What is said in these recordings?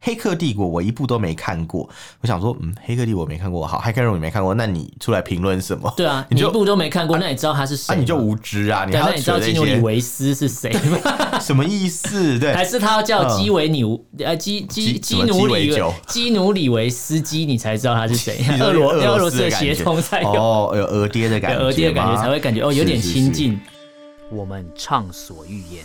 黑客帝国》我一部都没看过，我想说，嗯，《黑客帝国》我没看过，好，《骇客任务》也没看过，那你出来评论什么？对啊， 你你就一部都没看过，那你知道他是谁啊，吗？你就无知啊，你对，还那要你知道扯这基 努里些，维斯是谁吗？ 什么意思？对还，是他要叫基维纽呃基嗯基基基什么努基维里酒基努里维斯基，你才知道他是谁？你说俄 罗俄俄罗罗斯斯的的协同才有哦，有俄爹的感觉吗，有俄爹的感觉，才会感觉哦有点是是亲近。我们畅所欲言；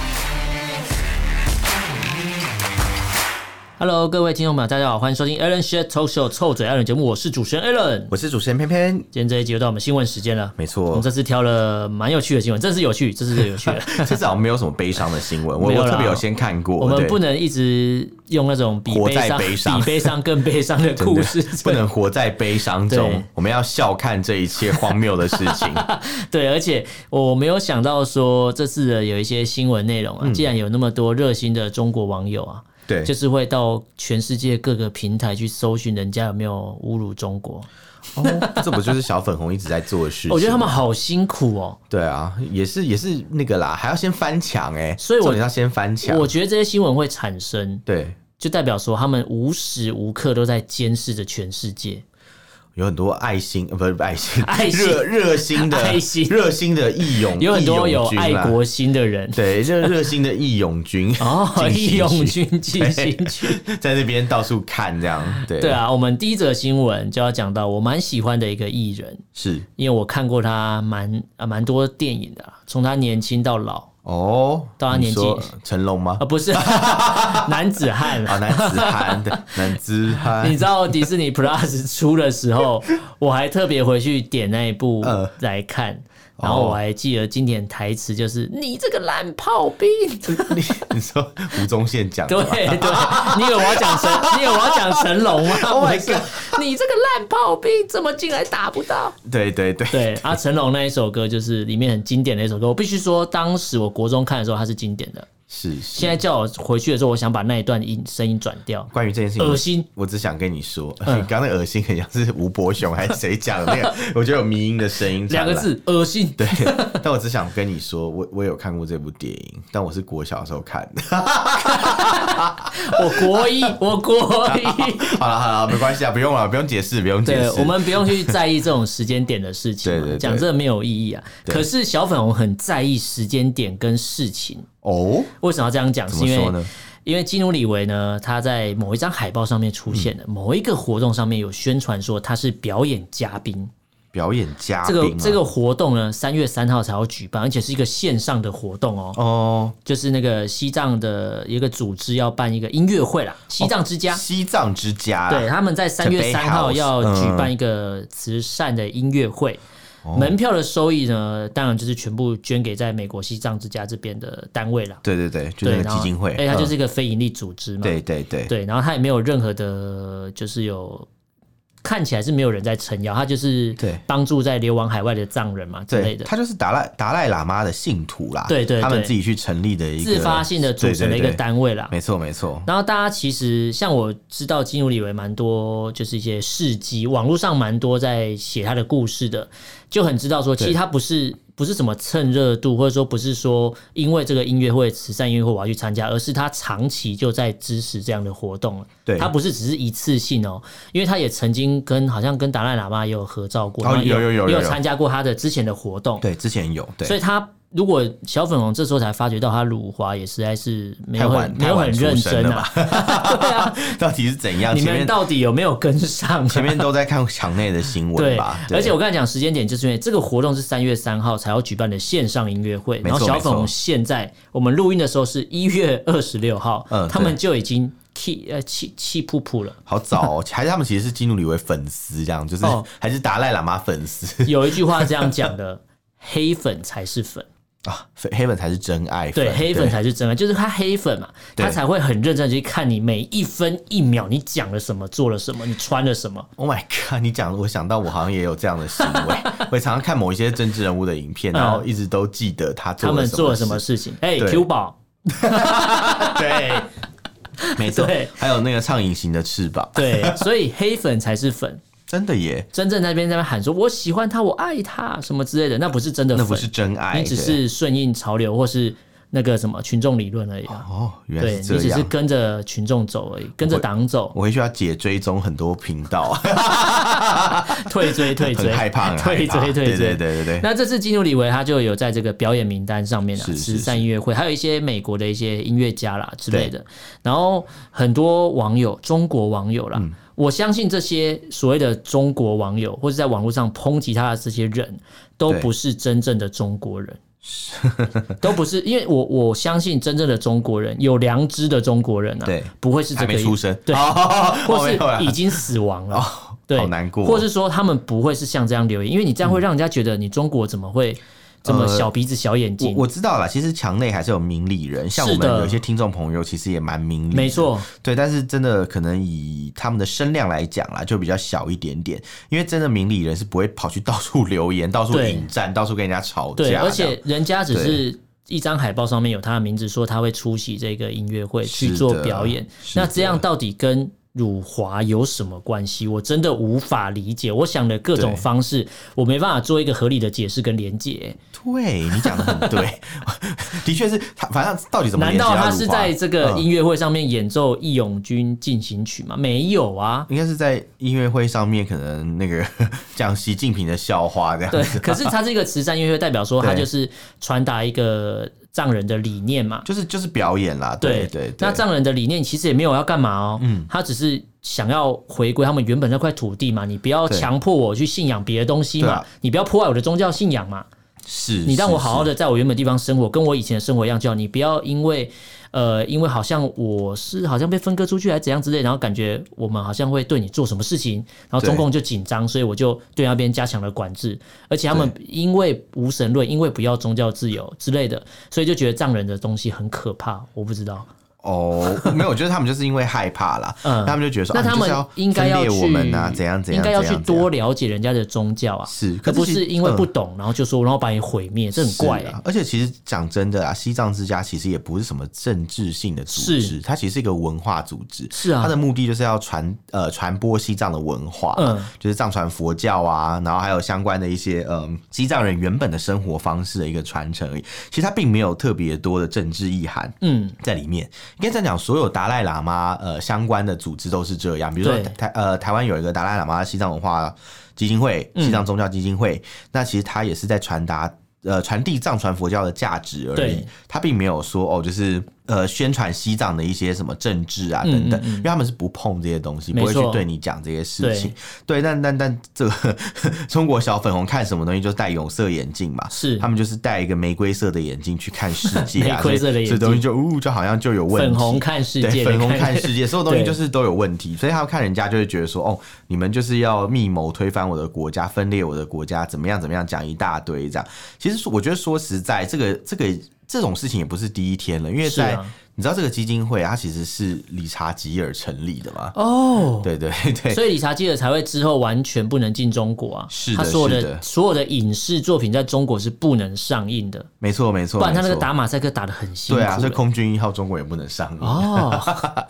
Hello，各位听众朋友，大家好，欢迎收听 Alan s h a t Talk Show 臭嘴 Alan 节目，我是主持人 Alan。我是主持人偏偏，今天这一集又到我们新闻时间了，没我错们这，次挑了蛮有趣的新闻，这是有趣，这是有趣的。这次好像没有什么悲伤的新闻，我 没 有我啦特别有先看过，我们对不能一直用那种比活悲在伤、悲伤，比悲伤更悲伤的故事 不能活在悲伤中对，我们要笑看这一切荒谬的事 情。对，而且我没有想到说这次的有一些新闻内容嗯啊，竟然有那么多热心的中国网友啊，对，就是会到全世界各个平台去搜寻人家有没有侮辱中国。哦哦，这不就是小粉红一直在做的事情？我觉得他们好辛苦哦。对啊，也是也是那个啦，还要先翻墙哎、所以我重点要先翻墙。我觉得这些新闻会产生，对，就代表说他们无时无刻都在监视着全世界。有很多爱心，呃不是不是爱心，爱心热热心的爱心热心的义勇，有很多义有勇军啊爱国心的人。对热热心的义勇军 哦， 进行义曲勇军进行曲，在那边到处看这样，对对，啊，我们第一则新闻就要讲到我蛮喜欢的一个艺人，是因为我看过他蛮啊蛮多电影的啦，啊从他年轻到老哦，到他你年纪说成龙吗啊，？不是 男子汉啊，啦。男子汉 的男子你汉，知道迪士尼 Plus 出的时候，我还特别回去点那一部 呃来看，然后我还记得经典台词就是哦“你这个烂炮兵”，你 你说吴宗宪讲的 对吗对，你以为我要讲成，你以为我要讲成龙吗 Oh my 不是你这个烂炮兵怎么进来打不到？对对对对啊，成龙那一首歌就是里面很经典的一首歌，我必须说，当时我国中看的时候它是经典的，是是。现在叫我回去的时候，我想把那一段音声音转掉。关于这件事情，恶心嗯我只想跟你说，你刚才恶心很像是吴伯雄还是谁讲 的那个，我觉得有迷音的声音，两个。字，恶心。对，但我只想跟你说，我我有看过这部电影，但我是国小的时候看的。 我国一，我国一。好了好了，没关系啊，不用了，不用解释，不用解对，释。我们不用去在意这种时间点的事情嘛，对对对讲这没有意义啊。可是小粉红很在意时间点跟事情，哦，为什么要这样讲？怎是么因说为呢？因为基努里维呢，他在某一张海报上面出现嗯的，某一个活动上面有宣传说他是表演嘉宾。表演嘉这宾、个啊，这个活动呢，三月三号才要举办，而且是一个线上的活动哦，哦，就是那个西藏的一个组织要办一个音乐会啦，西藏之家。西藏之家，对，，他们在三月 Bay 三号 House，要嗯哦举办一个慈善的音乐会，门票的收益呢，当然就是全部捐给在美国西藏之家这边的单位啦。对对对，就对，是那然个后基金会，哎，它就嗯是一个非营利组织嘛。对对对，对，然后它也没有任何的，就是有看起来是没有人在撑腰，它就是对帮助在流亡海外的藏人嘛之类对，的。他就是达赖达赖喇嘛的信徒啦，对对对他们自己去成立的一个自发性的组成的一个，对对单位啦。对没错没错，然后大家其实像我知道基努里维蛮多，就是一些事迹，网络上蛮多在写他的故事的，就很知道说，其实他不是不是什么蹭热度，或者说不是说因为这个音乐会慈善音乐会我要去参加，而是他长期就在支持这样的活动了。对他不是只是一次性哦，因为他也曾经跟好像跟达赖喇嘛也有合照过，哦然后也有有有有也有有参加过他的之前的活动，对，之前有，对，所以他如果小粉红这时候才发觉到他辱华，也实在是没有太晚很没有很认真啊。对啊，到底是怎样？你前们面到底有没有跟上、啊？前面都在看墙内的新闻 对吧，，对而且我刚才讲时间点，就是因为这个活动是三月三号才要举办的线上音乐会，没然错后小粉没红错现在我们录音的时候是一月二十六号，嗯他们就已经气呃气气噗噗了。好早、哦，还是他们其实是基努里维粉丝，这样就是、哦还是达赖喇嘛粉丝 有一句话这样讲的：黑粉才是粉。啊，非黑粉才是真爱粉，对，黑粉才是真爱，就是他黑粉嘛，对他才会很认真地去看你每一分一秒，你讲了什么，做了什么，你穿了什么。 Oh my god！你讲，我想到我好像也有这样的行为。 我也常常看某一些政治人物的影片，嗯然后一直都记得他做他们做了什么事。事情？哎、对 q 宝， 对， 没错对。还有那个唱隐形的翅膀，对，所以黑粉才是粉，真的耶，真正在那边在那边喊说“我喜欢他，我爱他”什么之类的，那不是真的那粉，不是真爱，你只对是顺应潮流或是那个什么群众理论而已、啊。哦，原来是对你这只是样。跟着群众走而已，跟着 党走，我回去要解追踪很多频道，啊退追退追，很害 怕，很害退怕追退对追对。对对对。那这次基努里维他就有在这个表演名单上面啊，是是嗯慈善音乐会，还有一些美国的一些音乐家啦之类的。然后很多网友，中国网友啦，嗯我相信这些所谓的中国网友或者在网络上抨击他的这些人，都对不是真正的中国 人。都不是，因为我我相信真正的中国人有良知的中国人啊，对不会是这还个没意出生，对，哦 或是没有啦已经死亡了，对，好难过或是说他们不会是像这样留言，因为你这样会让人家觉得你中国怎么会这么小鼻子小眼睛？嗯呃我我知道了，其实墙内还是有明理人，像我是们的有一些听众朋友其实也蛮明理的，没错，对，但是真的可能以他们的声量来讲啦，就比较小一点点，因为真的明理人是不会跑去到处留 言、到处对引战、到处跟人家吵架对，的。而且人家只是。一张海报上面有他的名字，说他会出席这个音乐会是的去做表演。是的那这样到底跟辱华有什么关系？我真的无法理解。我想的各种对方式，我没办法做一个合理的解释跟连结。对你讲的很 对，的确是他，反正到底怎么难连接道到他辱是华在这个嗯音乐会上面演奏《义勇军进行曲》吗？没有啊。应该是在音乐会上面，可能那个 讲习近平的笑话这样对子，， 可是他这个慈善音乐会代表说，他对就是传达一个藏人的理念嘛。就是就是表演啦，对对。嗯那对藏人的理念其实也没有要干嘛哦，他只是想要回归他们原本那块土地嘛。你不要对强迫我去信仰别的东西对嘛，啊你不要破坏我的宗教信仰嘛。是你让我好好的的在我原本地方生活，跟我以前的生活一样就好。你不要因为呃，因为好像我是好像被分割出去还是怎样之类，然后感觉我们好像会对你做什么事情，然后对中共就紧张，所以我就对那边加强了管制。而且他们因为无神论，因为不要宗教自由之类的，所以就觉得藏人的东西很可怕。我不知道，哦，没有，我觉得他们就是因为害怕啦，嗯他们就觉得说，那啊你他就是们应该要要分去裂我们啊，怎样怎样，应该要怎去样多了解人家的宗教啊，是可而是不其是因为嗯不懂，然后就说然后把你毁灭，这很是怪、欸啊。而且其实讲真的啊，西藏之家其实也不是什么政治性的组织，是它其实是一个文化组织。是啊它的目的就是要传呃传播西藏的文化，嗯就是藏传佛教啊，然后还有相关的一些嗯西藏人原本的生活方式的一个传承而已。其实它并没有特别多的政治意涵，嗯，在里面。应该这样讲，所有达赖喇嘛呃相关的组织都是这样，比如说对台呃台湾有一个达赖喇嘛西藏文化基金会、嗯西藏宗教基金会，那其实它也是在传达。呃，传递藏传佛教的价值而已对，它并没有说哦，就是呃，宣传西藏的一些什么政治啊嗯等等，嗯嗯因为他们是不碰这些东西，没不会去错对你讲这些事情。对，但但但这个 中国小粉红看什么东西就戴有色眼镜嘛，是他们就是戴一个玫瑰色的眼镜去看世 界啊，玫瑰色的眼所镜以所以东西就呜、就好像就有问题。粉红看世对界，粉红你看世界，所有东西对就是都有问题，所以他们看人家就会觉得说，哦，你们就是要密谋推翻我的国家，分裂我的国家，怎么样怎么样，讲一大堆这样。其实我觉得说实在，这个这个这种事情也不是第一天了，因为是啊在、你知道这个基金会它其实是理查吉尔成立的嘛， 哦，对对对，所以理查基尔才会之后完全不能进中国啊，是的他所有是的的所有的影视作品在中国是不能上映的，没错没错，不然他那没个错打马赛克打的很辛苦对欸。啊，所以空军一号中国也不能上映。 哦，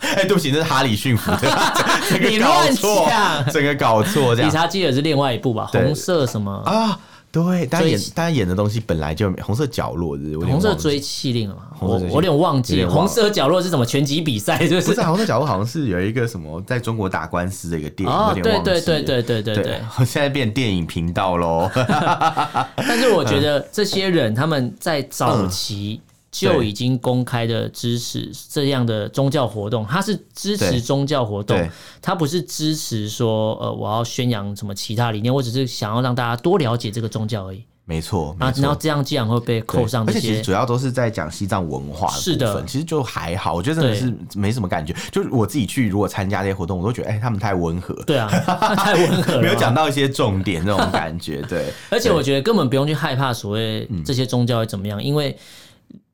哎，对不起，那是哈里逊服 的，整个你搞乱错，讲整个搞错这理样查基尔是另外一部吧，对红色什么？啊。对，大家追演大家演的东西本来就没红色角落，是不是我有点红色忘记追气令了嘛？红色我追我气有点忘记有点了，忘了红色角落是什么拳击比赛？就不是 是啊红色角落，好像是有一个什么在中国打官司的一个电影，哦有，点对忘记对了对对对对对。对， 现在变电影频道喽。但是我觉得嗯这些人他们在早期就已经公开的支持这样的宗教活动，他是支对持宗教活动对，他不是支持说呃我要宣扬什么其他理念，我只是想要让大家多了解这个宗教而已。 没错，啊没，然后错。这样既然会被扣上而这且其实些主要都是在讲西藏文化的部分是的其实就还好，我觉得真的是没什么感觉。就是我自己去如果参加这些活动，我都觉得哎、他们太温和，对啊，那太温和了。啊没有讲，到一些重点那种感觉。对，嗯而且我觉得根本不用去害怕所谓这些宗教会怎么样，因为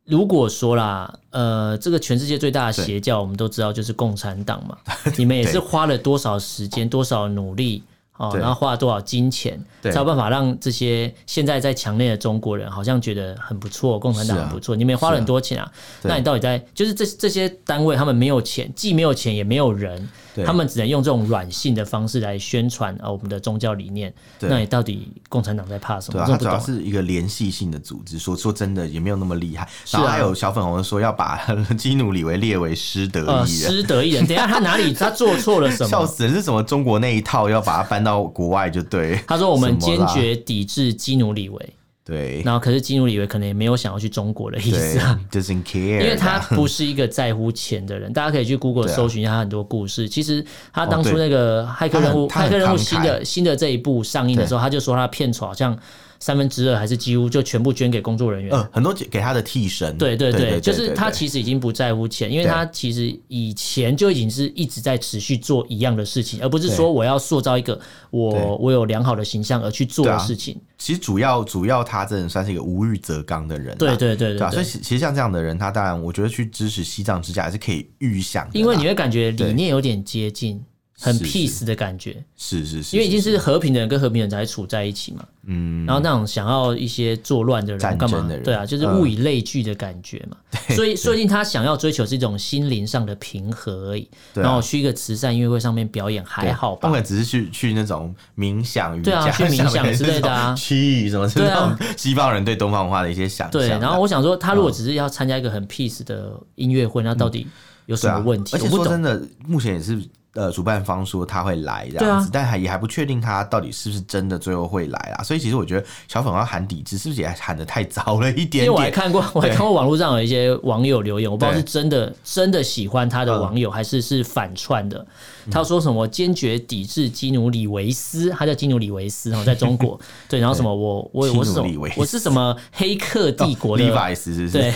如果说啦，呃，这个全世界最大的邪教，我们都知道就是共产党 嘛，你们也是花了多少时间、多少努力。哦，对然后花了多少金钱，对才有办法让这些现在在墙内的中国人好像觉得很不错，共产党是啊很不错，你们也花了很多钱啊。那你到底在就是这这些单位，他们没有钱，既没有钱也没有人，对他们只能用这种软性的方式来宣传啊、呃我们的宗教理念。对那你到底共产党在怕什么？对啊，我它真的不主懂要啊。是一个联系性的组织，说说真的也没有那么厉害。然后啊还有小粉红说要把基努里维列为失德呃，艺人，失德一人，等一下他哪 里他做错了什啊笑么？死人！是什么中国那一套要把它搬到国外就 对他说我们坚什么啦决抵制基努里维，对然后可是基努里维可能也没有想要去中国的意对思啊。 ，doesn't care，因为他不是一个在乎钱的人，大家可以去 Google 对啊搜寻一下他很多故事。其实他当哦初对那个《骇客任务》他骇很他很客任务》慷慨新的新的这一部上映的时候，他就说他片酬好像三分之二还是几乎就全部捐给工作人员。呃很多给他的替身，对对对对，就是他实其实已经不在乎钱，因为他其实以前就已经是一直在持续做一样的事情，而不是对说我要塑造一个对我我有良好的形象而去做对的啊事情。其实主要主要他真的算是一个无欲则刚的人啦，对对对对对啊，所以对，其其实像这样的人，他当然我觉得去支持西藏之家还是可以预想的啦，因为你会感觉理对啊念有点接近，很是是 peace 的感觉。是是是，因为已经是和平的人跟和平的人才会处在一起嘛。嗯，然后那种想要一些作乱的人战干争嘛的？人嗯对啊，就是物以类聚的感觉 嘛。所以，最近他想要追求是一种心灵上的平和而已。对啊然后我去一个慈善音乐会上面表演，还好啊他吧们？可能只是去去那种冥想瑜对伽，啊去冥 想之类的啊去什么是对啊那种西方人对东方文化的一些想象。嗯对。啊然后我想说，他如果只是要参加一个很 peace 的音乐会，那到底有什对么啊，问题？而且我不说懂真。的，目前也是呃，主办方说他会来这对样啊子，但还也还不确定他到底是不是真的最后会来啦。所以其实我觉得小粉要喊抵制，是不是也喊的太早了一因点为我还点？看过，我还对看过网络上有一些网友留言，我不知道对嗯是真的真的喜欢他的网友，还是是反串的。他说什么坚决抵制基努里维斯，他叫基努里维斯哦，在 中国对，然后什么我我我是什基努里维么斯我是什么黑客帝 国的哦 Levi's 是不是？对，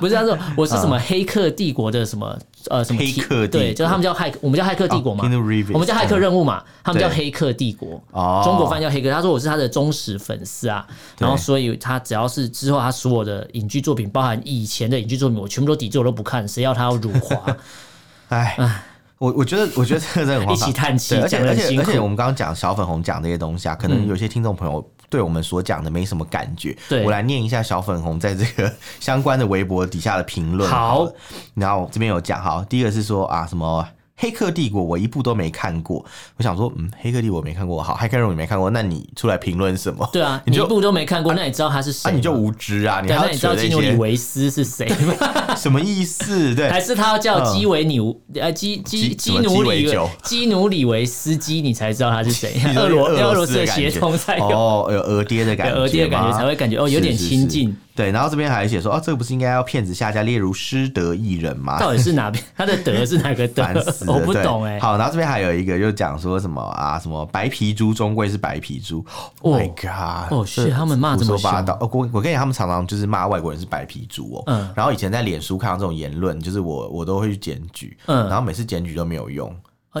不是他说我是什么黑客帝国的什么呃什么黑客帝国对，就是他们叫骇，我们叫骇客帝国嘛哦，，Keanu Reeves 我们叫骇客任务嘛，他们叫嗯对黑客帝国。哦中国翻译叫黑客，他说我是他的忠实粉丝啊，然后所以他只要是之后他所有的影剧作品，包含以前的影剧作品，我全部都抵制，我都不看，谁要他要辱 华？哎，我我觉得，我觉得这个真的很荒唐 一起叹气对而且讲得而很且辛苦嗯而且我们刚刚讲小粉红讲这些东西啊，可能有些听众朋友对我们所讲的没什么感觉。对我来念一下小粉红在这个 相关的微博底下的评论。好了，然后这边有讲，好，第一个是说啊什么。黑客帝国我一部都没看过，我想说，嗯，黑客帝国我没看过，好，黑客任务也没看过，那你出来评论什么？对啊，你你一就部都没看过，那你知道他是谁啊，吗？你就无知啊，你对，还那要你知道扯这基努里些维斯是谁 吗？什么意思？ 对，还是他要叫基维纽呃基基基嗯什基么努里基维酒基努里维斯基，你才知道他是谁？你说俄罗有俄罗斯的的感血觉统才有。哦，有俄爹的感觉吗，哎有俄爹的感觉才会感觉哦有点是是亲近是对，然后这边还写说，哦，这个不是应该要骗子下架列如失德艺人吗？ 到底是哪边？他的德是哪个德烦死？了 我不对懂哎。好，然后这边还有一个就讲说什么啊，什么白皮猪终归是白皮猪。Oh my god！哦这是他们骂这么胡说八凶道。哦，我我跟你讲，他们常常就是骂外国人是白皮猪哦。嗯然后以前在脸书看到这种言论，就是我我都会去检举，嗯然后每次检举都没有用，哦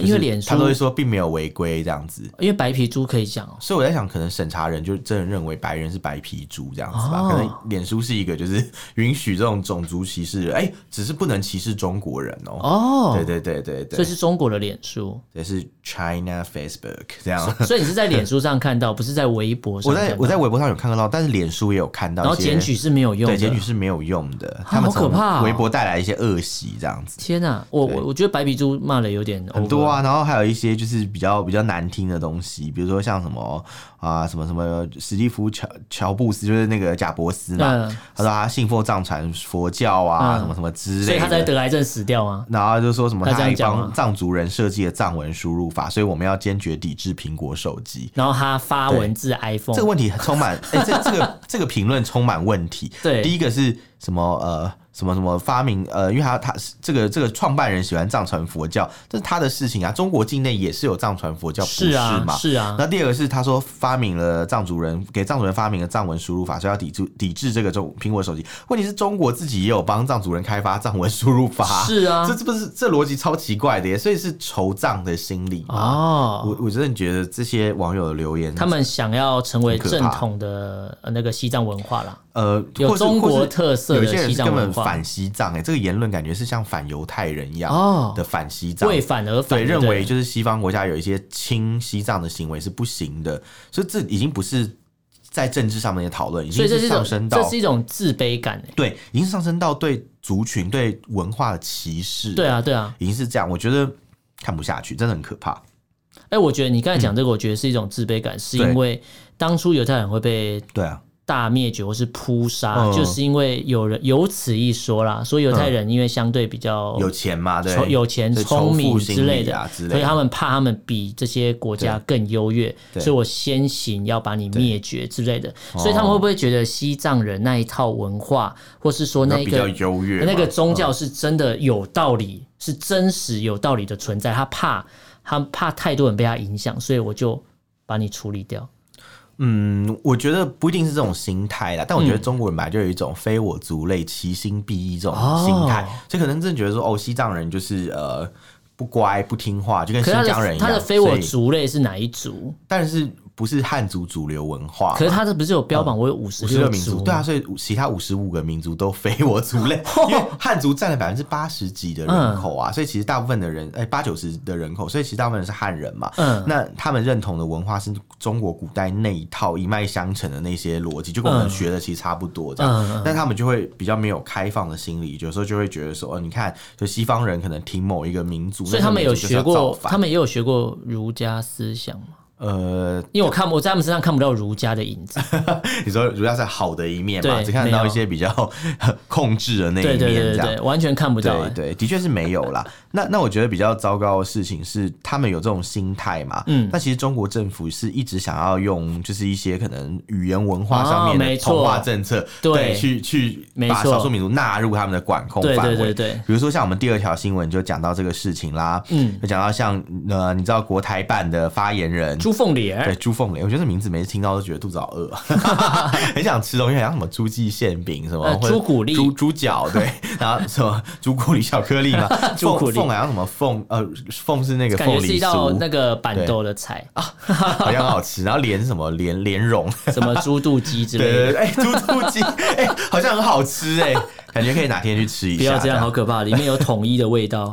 就是因为脸书他都会说并没有违规这样子。因为白皮猪可以讲哦，所以我在想，可能审查人就真的认为白人是白皮猪这样子吧？哦可能脸书是一个就是允许这种种族歧视的，哎、只是不能歧视中国人哦、哦，对对对对所以对，是中国的脸书，这是 China Facebook 这样。所以你是在脸书上看到，不是在微博 上我看到。在我在微博上有看到，但是脸书也有看到然后一些，检举是没有用对的。检举是没有用的，他们好可怕从哦微博带来一些恶习这样子。天哪，我我我觉得白皮猪骂的有点很多 over 啊，然后还有一些就是比较比较难听的东西，比如说像什么啊、什么什么史蒂夫乔乔布斯，就是那个贾伯斯嘛，嗯他说他信奉藏传佛教啊，嗯什么什么之所以类他才的。得癌症死掉啊。然后就说什么他他这样还讲帮吗藏族人设计了藏文输入法，所以我们要坚决抵制苹果手机。然后他发文字 iPhone，这个问题充满，哎、这这个这个评论充满问题。对第一个是什么？呃，什么什么发明，呃，因为他他这个这个创办人喜欢藏传佛教，这是他的事情啊。中国境内也是有藏传佛教，是啊不嘛？是啊，那第二个是他说发明了藏族人给藏族人发明了藏文输入法，所以要抵制抵制这个中苹果手机。问题是中国自己也有帮藏族人开发藏文输入法，是啊这这不是这逻辑超奇怪的耶，所以是仇藏的心理啊。哦，我我真的觉得这些网友的留言，他们想要成为很可怕正统的呃那个西藏文化啦，呃，有或是中国或是特色的有一些人西是藏根文本化反西藏哎、这个言论感觉是像反犹太人一样哦的反西藏，为反而反，对，认不为就是西方国家有一些亲西藏的行为是不行的，所以这已经不是在政治上面的讨论，已经所以这是是一上种升到这是一种自卑感哎，对，已经上升到对族群、对文化的歧视。对，啊对啊，已经是这样，我觉得看不下去，真的很可怕。哎，我觉得你刚才讲这个，我觉得是一种自卑感，是对因为当初犹太人会被对啊，大灭绝或是扑杀，嗯就是因为有人有此一说啦，说犹太人因为相对比较有钱嘛，对哦仇，有钱、对聪仇明富心之类理的，啊之类的所以他们怕他们比这些国家更优越，对所以我先行要把你灭绝之类的。哦所以他们会不会觉得西藏人那一套文化，或是说那比较个优越嗯嘛，那个宗教是真的有道理，是真实有道理的存在？他怕他怕太多人被他影响，所以我就把你处理掉。嗯，我觉得不一定是这种心态啦，但我觉得嗯中国人本来就有一种非我族类，其心必异这种心态，哦所以可能真的觉得说，哦，西藏人就是呃不乖不听话，就跟可是新他疆人的一样。他的非我所以，族类是哪一族？但是不是汉族主流文化嘛？可是他这不是有标榜我有五嗯十五十六六民族，族？对啊，，所以其他五十五个民族都非我族 类，因为汉族占了百分之八十几的人口嗯啊，所以其实大部分的人，哎、八九十的人口，所以其实大部分人是汉人嘛。嗯那他们认同的文化是中国古代那一套一脉相承的那些逻辑，就跟我们嗯学的其实差不多这样。嗯嗯那他们就会比较没有开放的心理，有时候就会觉得说，哦，你看，就西方人可能挺某一个民族，所以他们有那个民族就是学要造过，反他们也有学过儒家思想吗？呃，因为我看我在他们身上看不到儒家的 影子，你说儒家是好的一面嘛，对只看得到一些比较 控制的那一对面这对样。对对对，完全看不到、对欸。对，的确是没有啦。 那那我觉得比较糟糕的事情是，他们有这种心态嘛。嗯那其实中国政府是一直想要用，就是一些可能语言文化上面哦没的错同化政策，对去去没把错少数民族纳入他们的管控对范围。对对对，比如说像我们第二条新闻就讲到这个事情啦，嗯就讲到像呃，你知道国台办的发言人朱凤对，莲，朱凤莲，我觉得这名字每次听到都觉得肚子好饿，啊 很想吃东西，好像什么猪记馅饼什么，呃或者朱古力猪猪脚， 对，然后什么朱古力巧克力嘛，朱古凤力凤好像什么凤呃凤是那个感觉凤是一梨道那酥，个板豆的菜，好像很好吃，然后莲是什么莲莲 蓉，什么猪肚鸡之对类对的。对，哎猪肚鸡，哎好像很好吃哎，感觉可以哪天去吃一不下，要这样，好哦可怕！里面有统一的 味道，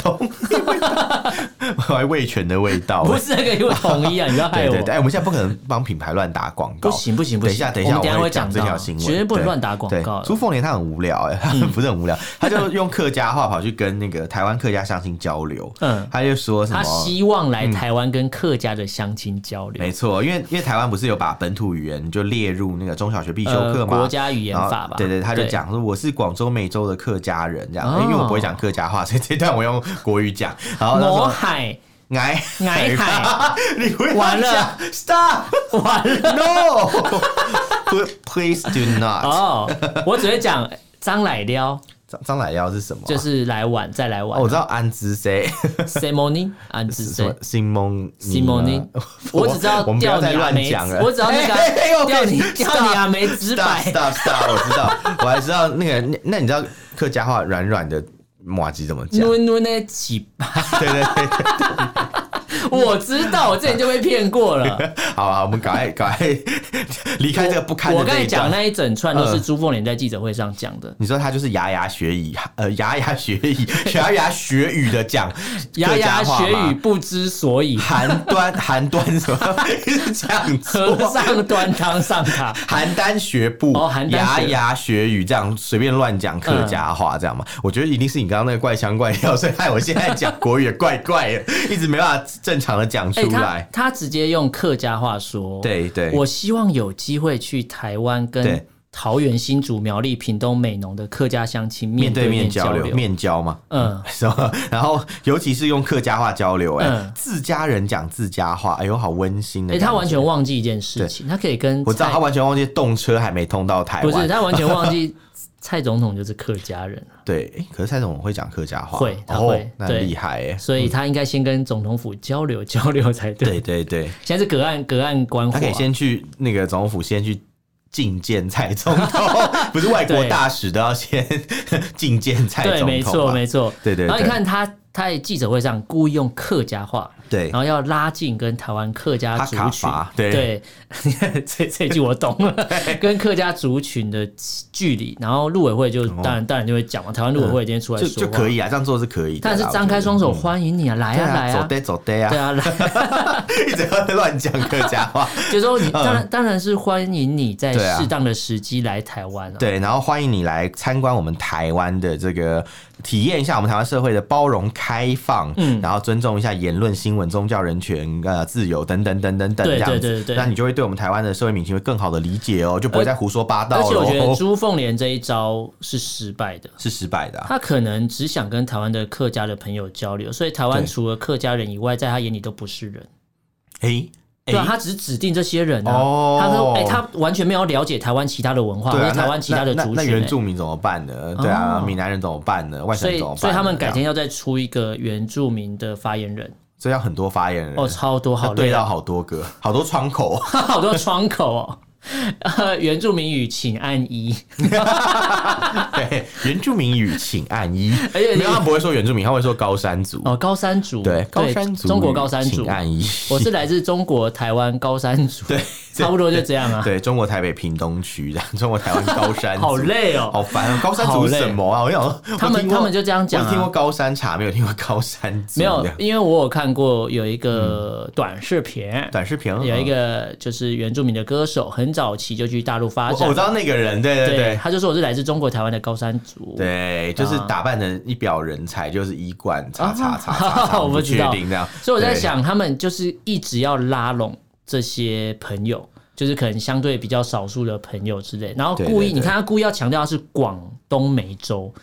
还味全的味道，哎不是那个有统一啊！你不要害对我对，对，哎我们现在不可能帮品牌乱打广告，不行不行不等一行！下，等一下，我们等一下我会会讲这到啊条新闻，绝对不能对乱打广对告嗯的。朱凤莲她很无聊、欸，哎、不是很无聊，她就用客家话跑去跟那个台湾客家相亲交流，嗯，她就说什他么？嗯希望来台湾跟客家的乡亲交流没，错，因为因为台湾不是有把本土语言就列入那个中小学必修课呃，嘛、国家语言然后法吧？对对，他就讲说我是广州湄洲的客家人这样，哦因为我不会讲客家话，所 以这段我用国语讲。然后他魔说海哎哎嗨， 你不要完了讲，stop 完了。 no，please do not。哦，我只会讲张乃撩，张张乃耀是什么啊？就是来晚再来晚。哦，我知道安之 C。 Simoni 安之什么 C。西蒙 Simoni，我只知道啊我们不掉要你再阿乱梅讲了，子，我只要那哎哎哎 个啊我掉你可以掉你阿梅直 stop 白， stop stop，我知道，我还知道那个那那你知道客家话软软的马吉怎么讲？抡抡那几把， 对对对，我知道，我之前就被骗过了。好好，我们赶快赶快离开这个不堪我的刚这才一讲段。嗯那一整串都是朱凤莲在记者会上讲的，你说他就是牙牙学语，呃，牙牙学语， 牙牙学语的讲牙客牙家话学嘛语， 不知所以，寒端寒端什么， 是这样和说。尚端汤 上 塔。邯郸学步，哦邯郸学牙牙学语，这样随便乱讲客家话，这样嘛？嗯我觉得一定是你刚刚那个怪腔怪调，所以害我现在讲国语也怪怪的，一直没办法正常的讲哎，出他来。他直接用客家话说，对对，我希望有机会去台湾跟对桃园、新竹、苗栗、屏东、美浓的客家乡亲面对对面交交流，面交嘛。 嗯，什么？然后，尤其是用客家话交流、哎、嗯自家人讲自家话，哎呦，好温馨的哎、感觉。他完全忘记一件事情，他可以跟我知道，蔡他完全忘记动车还没通到台湾， 不是他完全忘记蔡总统就是客家人啊，对，诶可是蔡总会讲客家话，会他哦会那对很厉害哎、所以他应该先跟总统府交流交流才对。对对对，现在是隔岸隔岸观火、他可以啊，先去那个总统府，先去觐见蔡总统， 不是外国对大使都要先觐见蔡总对，统吧，啊没错没错。对对对然后你看他他在记者会上故意用客家话，对然后要拉近跟台湾客家族他卡群伐，对对， 这这句我懂了， 跟客家族群的距离。然后陆委会就当然当然就会讲嘛，台湾陆委会今天出哦来就说就话可以啊，这样做是可以的啦，但是张开双手欢迎你啊，来我觉得，嗯啊来对啊，走啊，得走得对啊，啊来， 一直在乱讲客家话， 就说你当然当然是欢迎你在嗯对啊适当的时机来台湾啊，对，然后欢迎你来参观我们台湾的这个，体验一下我们台湾社会的包容、开放，嗯，然后尊重一下言论、新闻、宗教人权、呃自由等等等等等对这样子，对对对呃那你就会对我们台湾的社会民情会更好的理解哦，就不会再胡说八道而了。且我觉得朱凤莲这一招是失败的。是失败的啊、他可能只想跟台湾的客家的朋友交流，所以台湾对除了客家人以外，在他眼里都不是人。诶诶对啊，他只是指定这些人啊。哦他说，哎、他完全没有了解台湾其他的文化，对或啊，者台湾其他的那族那那群、原欸。住民怎么办呢？对啊，闽南人怎么办呢？外省所人以怎么，办呢？所以他们改这天样，要再出一个原住民的发言人这要很多发言人哦，超多好要 对累到啊，好多个，好多窗口。 好多窗口哦。 呃，原住民语请按一，对，原住民语请按一，而且你没有他不会说原住民，他会说高山族。哦，高山族对，高山族，中国高山族请，按一。我是来自中国台湾高山族， 对，差不多就这样啊，对中国台北屏东区的，中国台湾高山族，好累哦，好烦啊！高山族是什么啊？我想说他们我听过他们就这样讲啊我听过高山茶，没有听过高山族。没有这样，嗯因为我有看过有一个短视频，短视频啊嗯有一个就是原住民的歌手，很早期就去大陆发我展。我知道那个人，对对对。他就说我是来自中国台湾的高山族。对，就是打扮成一表人才，就是一贯叉叉叉叉叉，啊啊 我不不知确道定这样。所以我在对，想，他们就是一直要拉拢这些朋友，就是可能相对比较少数的朋友之类，然后对故意对对你看他故意要强调他是广东梅州。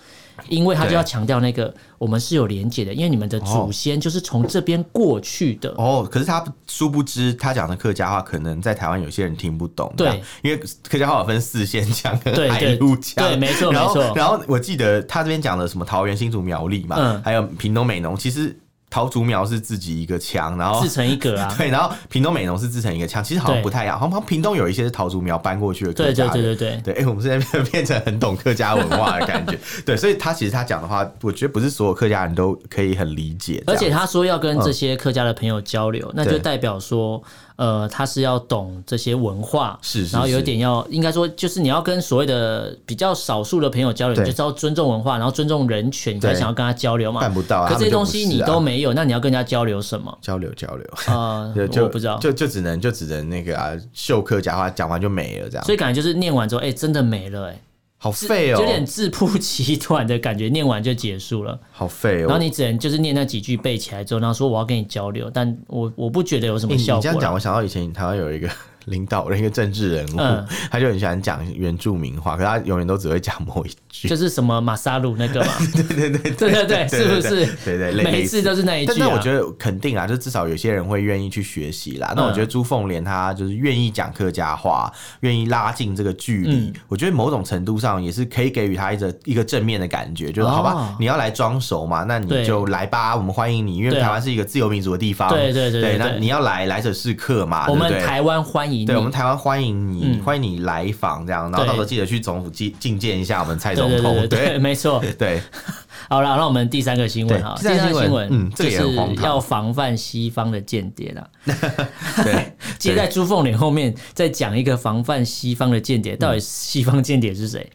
因为他就对要强调那个我们是有连结的，因为你们的祖先就是从这边过去的，哦，可是他殊不知，他讲的客家话可能在台湾有些人听不懂，对这样，因为客家话有分四县腔对跟海对陆腔，对没错然后没错然后我记得他这边讲的什么桃园、新竹、苗栗嘛，嗯还有屏东美浓，其实桃竹苗是自己一个腔，然后自成一格啊。对，然后屏东美浓是自成一个腔，其实好像对不太一样，好像好像屏东有一些是桃竹苗搬过去的客对家对人，对对 对，对，哎、我们现在 变变成很懂客家文化的感觉。对，所以他其实他讲的话，我觉得不是所有客家人都可以很理解这而样。嗯且他说要跟这些客家的朋友交流，那就对代表说，呃，他是要懂这些文化，是是然后有是点要，应该说就是你要跟所谓的比较少数的朋友交流，你对就是要尊重文化，然后尊重人权，你才对想要跟他交流嘛。办不到啊可他们这些就东不西是你啊都没有，那你要跟人家交流 什么？交流交流，呃就，我就不知道。就就只能就只能那个啊，秀客家话讲完就没了，这样所以感觉就是念完之后，哎、真的没了、哎，好废哦、有点自曝其短的感觉，念完就结束了。好废哦、然后你只能就是念那几句背起来之后，然后说我要跟你交流，但我我不觉得有什欸么你效这果啦。样讲，我想到以前台湾有一个 领导人，一个政治人物，嗯他就很喜欢讲原住民话，可是他永远都只会讲某一句。就是什么马萨鲁那个嘛， 对 对对对对是不是？对对，类每一次都是那一但句但啊我。觉得肯定啦，就至少有些人会愿意去学习啦。那嗯我觉得朱凤莲她就是愿意讲客家话，愿意拉近这个距离，嗯我觉得某种程度上也是可以给予她一个一个正面的感觉，就是哦好吧，你要来装熟嘛，那对你就来吧，我们欢迎你，因为对啊台湾是一个自由民主的地方，对对对对对那对你要来，来者是客嘛，我对不们对台湾欢迎对，我你们，台湾欢迎你，嗯欢迎你来访这样，然后对到时候记得去总府觐觐见一下我们蔡对总对统，对对，没错。对好了，那我们第三个新闻哈，对第三个个新新闻闻，嗯这就个也很荒是唐要防范西方的间谍啦。对 接在朱凤莲后面再讲一个防范西方的间嗯谍，到底西方间谍是谁？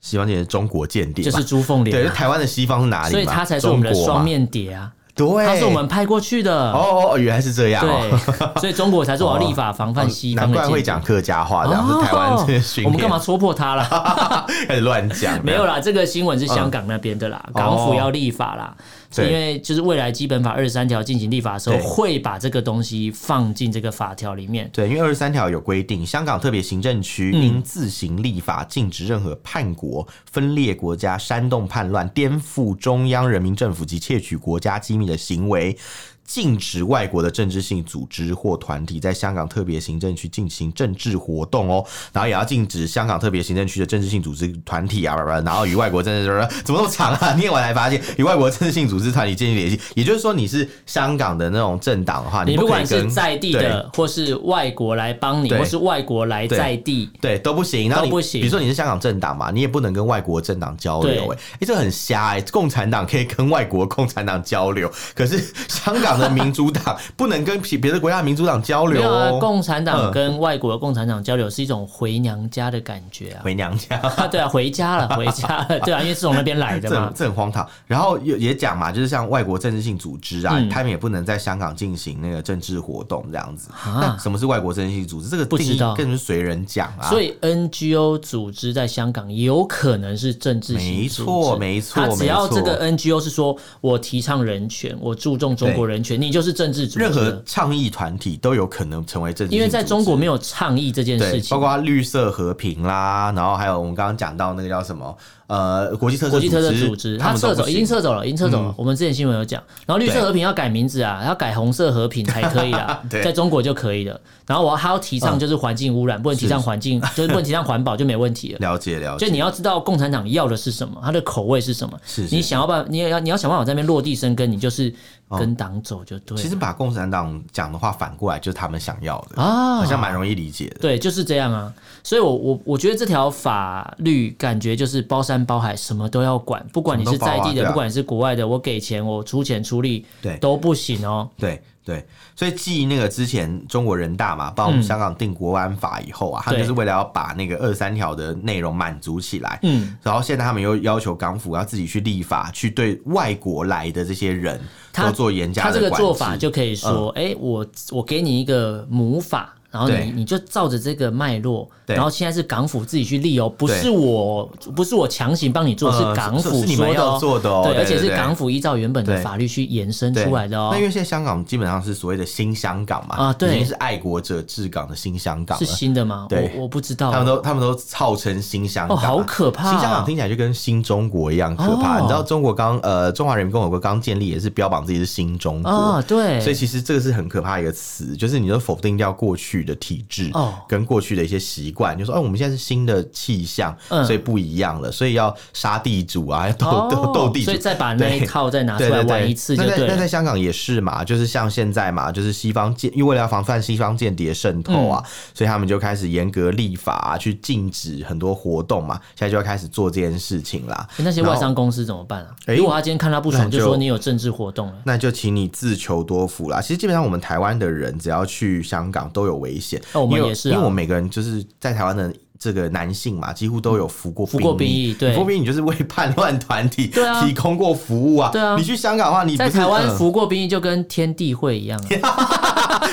西方间谍是中国间谍就嘛，是朱凤对，莲就啊，台湾的西方是哪里嘛？所以他才是我们的中国嘛双，面谍啊，对，他是我们派过去哦的。哦哦，原来是这样、哦，对，所以中国才说我要立法防范西方难怪的间谍会。讲客家啊话，这样、哦，是台湾这些训练，我们干嘛戳破他啦？ 开始乱讲？没有啦，这个新闻是香港那边的啦，港府要立法啦，嗯哦对因为就是未来基本法二十三条进行立法的时候，对会把这个东西放进这个法条里面。嗯对，因为二十三条有规定，香港特别行政区应自行立法禁止任何叛国、分裂国家、煽动叛乱、颠覆中央人民政府及窃取国家机密的行为。禁止外国的政治性组织或团体在香港特别行政区进行政治活动哦，然后也要禁止香港特别行政区的政治性组织团体啊，叭叭然后与外国政治 怎么那么长啊？念完才发现与外国政治性组织团体建立联系，也就是说你是香港的那种政党的话，你啊不不可管以是跟在地的，或是外国来帮你，对或是外国来对在地，对，都不行。然后你都不行比如说你是香港政党嘛，你也不能跟外国政党交流、对欸。哎、这很瞎哎、共产党可以跟外国共产党交流，可是香港的民主党不能跟别别的国家的民主党交没流有啊，哦、共产党嗯跟外国的共产党交流是一种回娘家的感觉啊。回娘家。啊， 对啊，回家了，回家 了，对啊，因为是从那边来的这嘛很。这很荒唐。然后也也讲嘛，就是像外国政治性组织啊，嗯他们也不能在香港进行那个政治活动这样子。啊那什么是外国政治性组织？这个不定知义道更是随人讲啊。所以 NGO 组织在香港也有可能是政治型没组织错没错它只要没错这个 NGO 是说我提倡人权，我注重中国人权，你就是政治组织了。任何倡议团体都有可能成为政治性组织，因为在中国没有倡议这件事对，情，包括绿色和平啦，然后还有我们刚刚讲到那个叫什么呃国际特色国际特色组织，织，它他们都撤不走，已行经撤走了，已经撤走了。我们之前新闻有讲，然后绿色对和平要改名字啊，要改红色和平才可以啦 ，对嗯在中国就可以了。然后我要还要提倡就是环境污染，不能提倡环境，就是不能提倡环保就没问题了。了解了就解，你要知道共产党要的是什么，他的口味是什么，是是你想要办，你也要你要想办法在那边落地生根，你就是跟党走就对了。哦其实把共产党讲的话反过来就是他们想要的，啊好像蛮容易理解的。对，就是这样啊。所以我，我我觉得这条法律感觉就是包山包海，什么都要管，不管你是在什么地都包啊对的，啊不管你是国外的，我给钱，我出钱出力，对都不行哦。对对，所以继那个之前中国人大嘛，帮我们嗯香港定国安法以后啊，他们对就是为了要把那个二三条的内容满足起来，嗯，然后现在他们又要求港府要自己去立法，去对外国来的这些人他都做严加他的这个管制嗯做法就可以说，哎、我我给你一个母法。然后对你你就照着这个脉络，对然后现在是港府自己去立哦，不对是我不是我强行帮你做，呃是港是是府是你们说的要哦，做的哦对，对而且对是对港府依照原本的对法律去延伸对出来的哦那因，为现在香港基本上是所谓的新香港嘛，啊对已经是爱国者治港的新香港是了。新的吗？对我我不知道，他们都他们都号称新香港、哦好可怕啊新香港听起来就跟新中国一样可怕。哦你知道中国刚呃中华人民共和国刚建立，也是标榜自己是新中国。啊，对，所以其实这个是很可怕的一个词，就是你都否定掉过去的体制哦跟过去的一些习惯，就说哎、我们现在是新的气象，嗯哦所以不一样了，所以要杀地主啊，要斗斗斗地主，所以再把那一对套再拿出对来对玩对，一次就对那了。在那在香港也是嘛，就是像现在嘛，就是西方间，因为为了要防范西方间谍渗透嗯啊，所以他们就开始严格立法、啊、去禁止很多活动嘛，现在就要开始做这件事情啦。那些外商公司怎么办啊？诶如果他今天看他不那爽，就就说你有政治活动了。那就请你自求多福啦。其实基本上我们台湾的人只要去香港都有危险，那我们因为也是啊因为我们每个人就是在台湾的。这个男性嘛，几乎都有服过服过兵役对服过兵役你就是为叛乱团体对啊提供过服务啊。对啊你去香港的话，你不在是台湾嗯服过兵役就跟天地会一样啊，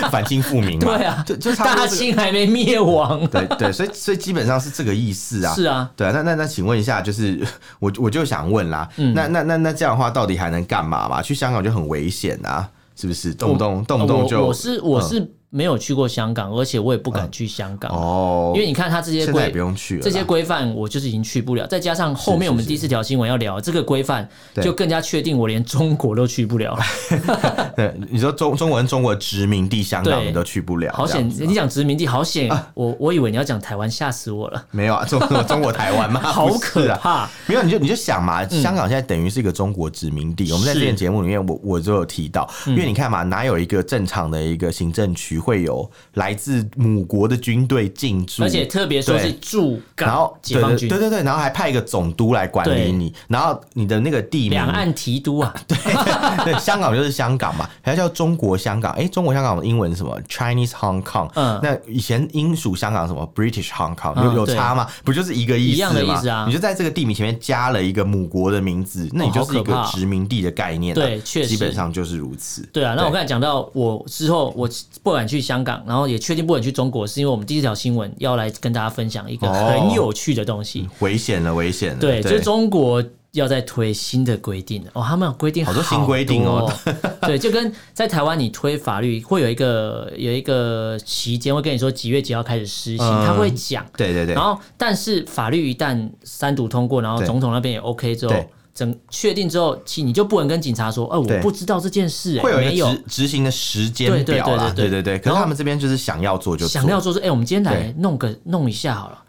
反清复明嘛， 对啊就就差不多大这个清还没灭亡。对对，所以所以基本上是这个意思啊。是啊，对啊，那那那，请问一下，就是 我我就想问啦，嗯那那那那这样的话，到底还能干嘛嘛？去香港就很危险啊，是不是？动不动动不动就我我是我是没有去过香港，而且我也不敢去香港，哦，因为你看他这些现在也规不用去了啦，这些规范，我就是已经去不了。再加上后是面我们是第四条新闻要聊这个规范，对就更加确定我连中国都去不了。对你说中中国人中国殖民地香港对你都去不了，好这险！样子你讲殖民地，好险！我我以为你要讲台湾，吓死我了，没有啊？中国中国台湾嘛， 好不是可啊。怕。没有，你就你就想嘛，香港现在等于是一个中国殖民地。我们在嗯是嗯这前节目里面，我我就有提到，因为你看嘛，哪有一个正常的一个行政区会有来自母国的军队进驻，而且特别说是对驻然港后解放军对，对对对，然后还派一个总督来管理对你，然后你的那个地名两岸提督啊， 对，香港就是香港嘛，还叫中国香港。哎、中国香港的英文是什么？Chinese Hong Kong。嗯那以前英属香港什么 British Hong Kong 嗯有有对差吗？不就是一个意思吗？一样的意思啊你就在这个地名前面加了一个母国的名字，那你哦好就是一可个怕殖民地的概念、啊。对确实基本上就是如此。对啊。那我刚才讲到，我之后我不敢去香港，然后也确定不敢去中国，是因为我们第一条新闻要来跟大家分享一个哦嗯很有趣的东西。危险了，危险了。对，就是中国要在推新的规定哦，他们有规定好多新规定哦 好多哦。对，就跟在台湾你推法律会有一个有一个期间会跟你说几月几号开始施行，嗯他会讲。对对对然后，但是法律一旦三读通过，然后对总统那边也 OK 之对后，整确定之后，其你就不能跟警察说，哎、对我不知道这件事、哎会有没一有个执执行的时间对对表啦，对对对对。对可然是后他们这边就是想要做就做想要做说，哎、我们今天来对弄个弄一下好了。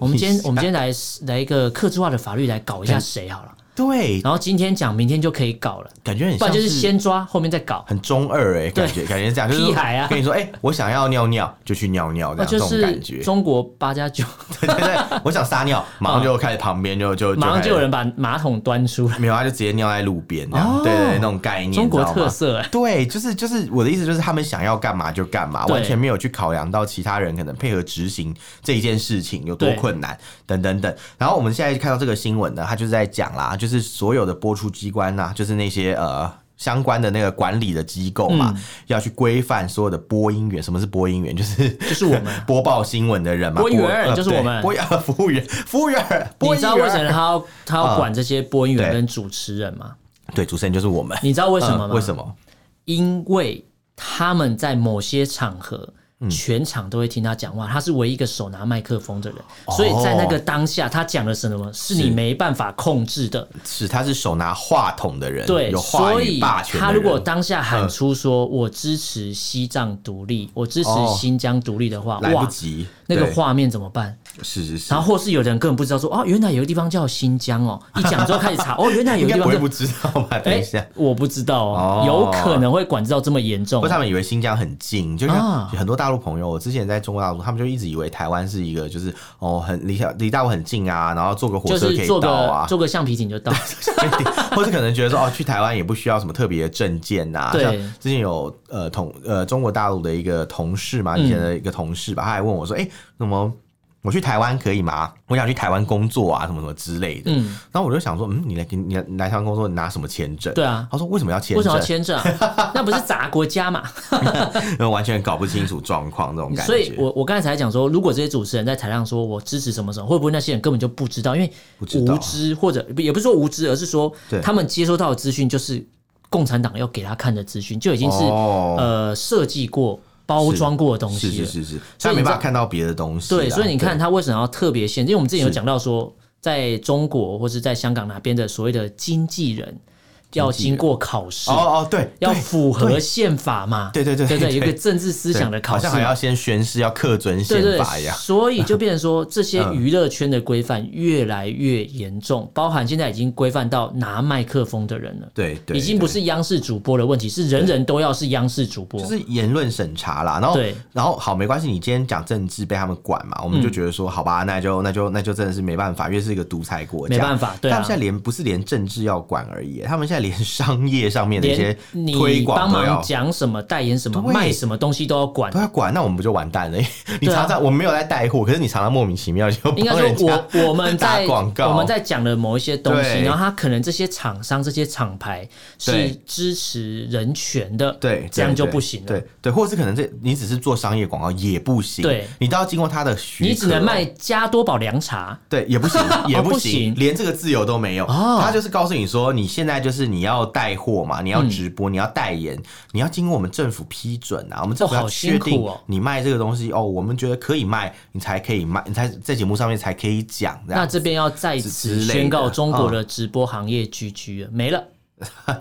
我们今天我们今天来来一个客制化的法律来搞一下谁好了，对，然后今天讲，明天就可以搞了，感觉很不然像就是先抓，后面再搞。很中二哎、感觉感觉这样，就是屁孩啊跟你说，哎、我想要尿尿就去尿尿这那样，这就种是感觉。中国八加九， 对对对，我想撒尿，马上就开始旁边就就马上就有开始人把马桶端出来，没有，他就直接尿在路边这样，哦对对对，那种概念，中国你知道特吗。色哎、对，就是就是我的意思，就是他们想要干嘛就干嘛，对完全没有去考量到其他人可能配合执行这一件事情有多对困难等等等。然后我们现在看到这个新闻呢，他就是在讲啦，就是所有的播出机关呐、就是那些呃。相关的那个管理的机构嘛，嗯要去规范所有的播音员。什么是播音员？就是就是我 们播报新闻的人嘛。播音员呃就是我们对播音服务员，服务员。播音你知道员为什么他要他要管这些播音嗯员对跟主持人吗？对主持人就是我们？你知道为什么吗？嗯为什？么？因为他们在某些场合。嗯全场都会听他讲话，他是唯一一个手拿麦克风的人，哦所以在那个当下，他讲的什么是你没办法控制的，是他是手拿话筒的人，对，有话所语以霸权的他人。如果当下喊出说“我支持西藏独立，我支持哦新疆独立”的话，来不哇，及，那个对画面怎么办？是是是，然后或是有的人根本不知道说，哦，原来有个地方叫新 疆哦，一讲之后开始查，哦，原来应有个哎该地不会方叫不，知道吧？等一下。我不知道哦哦，有可能会管制到这么严重或者。他们以为新疆很近，就像啊很多大陆朋友，我之前在中国大陆，他们就一直以为台湾是一个就是哦很离离大陆很近啊，然后坐个火就车可是以做到个啊，做个橡皮艇就到， 或者可能觉得说哦去台湾也不需要什么特别的证件呐、对像之前有呃同呃中国大陆的一个同事嗯嘛，以前的一个同事吧，他还问我说，哎、那么我去台湾可以吗？我想去台湾工作啊，什么什么之类的。嗯，然后我就想说，嗯，你来你来你来台湾工作，你拿什么签 证？对啊，他说为什么要签证？为什么 要签证啊？ 那不是砸国家嘛？呃完全搞不清楚状况这种感觉。所以我我刚才才讲说，如果这些主持人在台上说我支持什么什么，会不会那些人根本就不知道？因为不知道啊无知或者也不是说无知，而是说对他们接收到的资讯就是共产党要给他看的资讯，就已经是、哦呃设计过、包装过的东西是了。是啊是是，所他以没你知道办法看到别的东西啦。对，所以你看他为什么要特别限制？因为我们之前有讲到说，在中国或是在香港哪边的所谓的经纪人要经过考试对，。哦哦对，要对符合宪法嘛？对对对对对对，有一个对政治思想的对考好试像还嘛，要先宣誓，要恪遵宪对对法一，样。所以就变成说，这些嗯娱乐圈的规范越来越严重，包含现在已经规范到拿麦克风的人了，对对，已经不对是央视主播的问题，是人人都要是央视主播就。是言论审查啦。然后对嗯然后好没关系，你今天讲政治被他们管嘛，我们就觉得说好吧，那就那就那就真的是没办法，因为是一个独裁国家，没办法对啊他们现在连不是连政治要管而已，他们现在连商业上面的一些连你推帮广都要忙讲什么、代言什么、对卖什么东西都要管都。要管，那我们不就完蛋了？你对啊常常、我们没有在带货，可是你常常莫名其妙就应该帮人家说我我们在打广告我们在讲的某一些东西，对然后他可能这些厂商、这些厂牌是对支持人权的，对，这样对就对不行了对。对，或者是可能这你只是做商业广告也不行，对你都要经过他的许可，你只能卖，哦加多宝凉茶，对，也不 行，也哦不行行，连这个自由都没有。哦他就是告诉你说，你现在就是你要带货嘛，你要嗯直播，你要代言，你要经过我们政府批准啊，我们政府哦要好确辛苦定哦你卖这个东西哦，我们觉得可以卖，你才可以卖，你才在节目上面才可以讲这那样这子。 边要再之次之类的哦宣告中国的直播行业 GG 了，没了。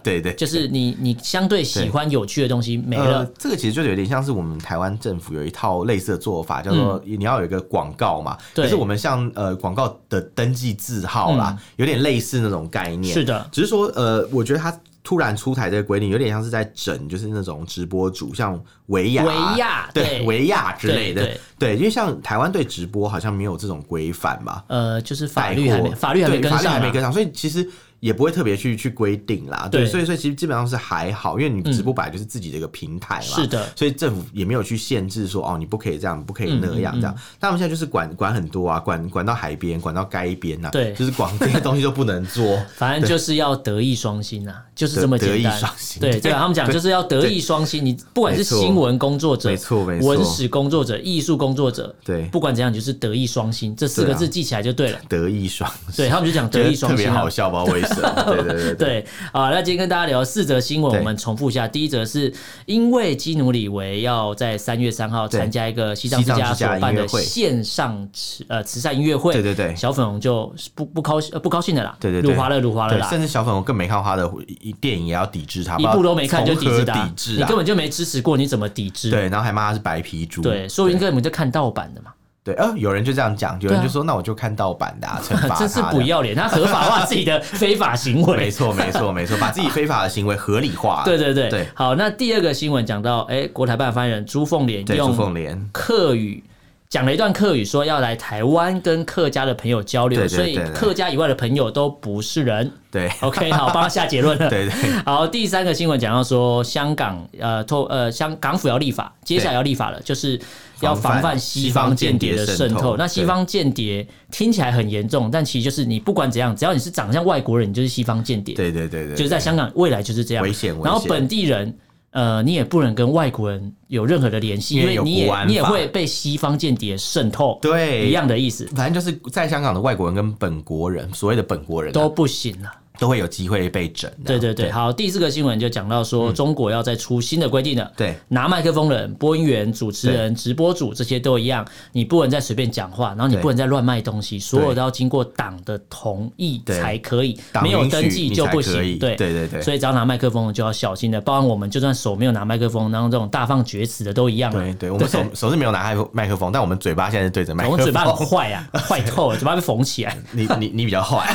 对对，就是你你相对喜欢有趣的东西没了呃。。这个其实就有点像是我们台湾政府有一套类似的做法，叫做你要有一个广告嘛。嗯对嗯可是我们像呃广告的登记字号啦，有点类似那种概念。是的，只是说呃，我觉得它突然出台这个规定，有点像是在整，就是那种直播主，像维亚、维亚对对维亚之类的，对对，因为像台湾对直播好像没有这种规范吧。呃，就是法带律还没货法律还没对跟法律还上啊没嘛。跟上，所以其实也不会特别去去规定啦。对，对所以所以其实基本上是还好，因为你直播本来就是自己的一个平台嘛，是的所以政府也没有去限制说哦，你不可以这样，不可以嗯那样嗯嗯这样。但他们现在就是管管很多啊，管管到海边，管到街边呐，对就是管这些东西都不能做。反正就是要德艺双馨啊，就是德这么简德艺单双。馨对，对啊，他们讲对就是要德艺双馨。你不管是没错新闻工作者、没错没错文史工作者、艺术工作者，对不管怎样，你就是德艺双馨这四对个啊字记起来就对了。德艺双馨，对他们就讲德艺觉得双特别馨啊好。笑吧？为神，对对对对， 对，好，那今天跟大家聊四则新闻，对我们重复一下。第一则是因为基努里维要在三月三号对参加一个西藏西之藏家之家所办音乐的会线上慈呃慈善音乐会，对对对小粉红就不不高兴呃不高兴的啦，对对对辱华了辱华了对，啦。甚至小粉红更没看过他的一电影也要抵制他，不一知道部都没看就抵制从他，何抵制你啊根！本就没支持过，你怎么抵制？对，然后还骂他是白皮猪，对，说不定根本就看盗版的嘛，对，呃，有人就这样讲，有对人啊就说那我就看盗版的啊，惩 罚他，真是不。要脸，他合法化自己 的非法行为，没错，没错，没错，把自 己非法的行为合理化。对对对，对好，那第二个新闻讲到，哎、国台办发言人朱凤莲对，朱凤用莲，客语讲了一段客语，说要来台湾跟客家的朋友交流，对对对所以对客家以外的朋友都不是 人。对 OK，好，帮他下结论了。对对好，第三个新闻讲到说，香港呃透呃香港府要立法，接下来要立法了，就是要防防范范西西方方间间谍谍的渗渗透透。那西对方间谍听起来很严重，但其实就是你不管怎样，只要你是长相外国人，你就是西方间谍。对对对对，就是在香港未来就是这样危险危险然后本地人，呃，你也不能跟外国人有任何的联系，因因为为有你国也安法你也会被西方间谍渗透，对一样的意思反正就是在香港的外国人跟本国人，所谓的本国人啊、都不行了。都会有机会被整。对对对，好，第四个新闻就讲到说，中国要再出新的规定了。嗯对拿麦克风的人、播音员、主持人、直播主这些都一样，你不能再随便讲话，然后你对不能再乱卖东西，所有对都要经过党的同意对才可以，党没有允许登记你就才不可以行。对对对对所以只要拿麦克风的就要小心的，包含我们就算手没有拿麦克风，然后这种大放厥词的都一样啊。对对，我们手手是没有拿麦克麦克风，但我们嘴巴现在是对着麦我克们风。 嘴巴很坏啊，坏透了，嘴巴被缝起来。 你你你比较坏，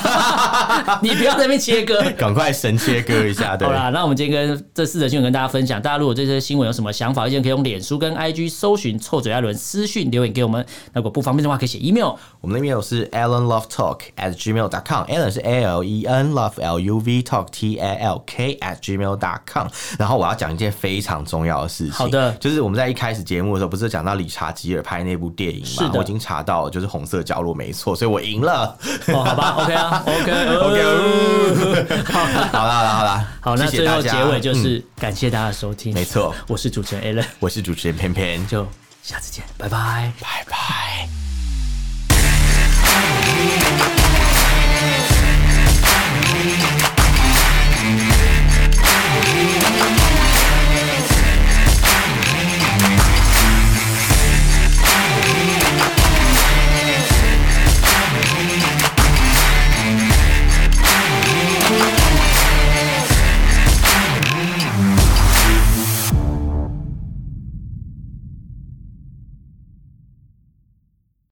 你不要在那边切割，赶快神切割一下，对好。啦，那我们今天跟这四则新闻跟大家分享。大家如果对这些新闻有什么想法、意见，可以用脸书跟 IG 搜寻“臭嘴艾伦”私讯留言给我们。那如果不方便的话，可以 写 email。我们的 email 是 allenlovetalk at gmail dot com，allen 是 a l e n love l u v talk t a l k at gmail dot com。然后我要讲一件非常重要的事情，好的就是我们在一开始节目的时候，不是讲到理查吉尔拍那部电影是嘛的？我已经查到了，就是红色角落没错，所以我赢 了。哦，好吧，OK 啊，OK OK，呃好啦好啦好啦好啦，好，那谢谢最大后家结尾就嗯是感谢大家的收听，没错，我是主持人 Alan，我是主持人偏偏，就下次见，拜拜。拜拜。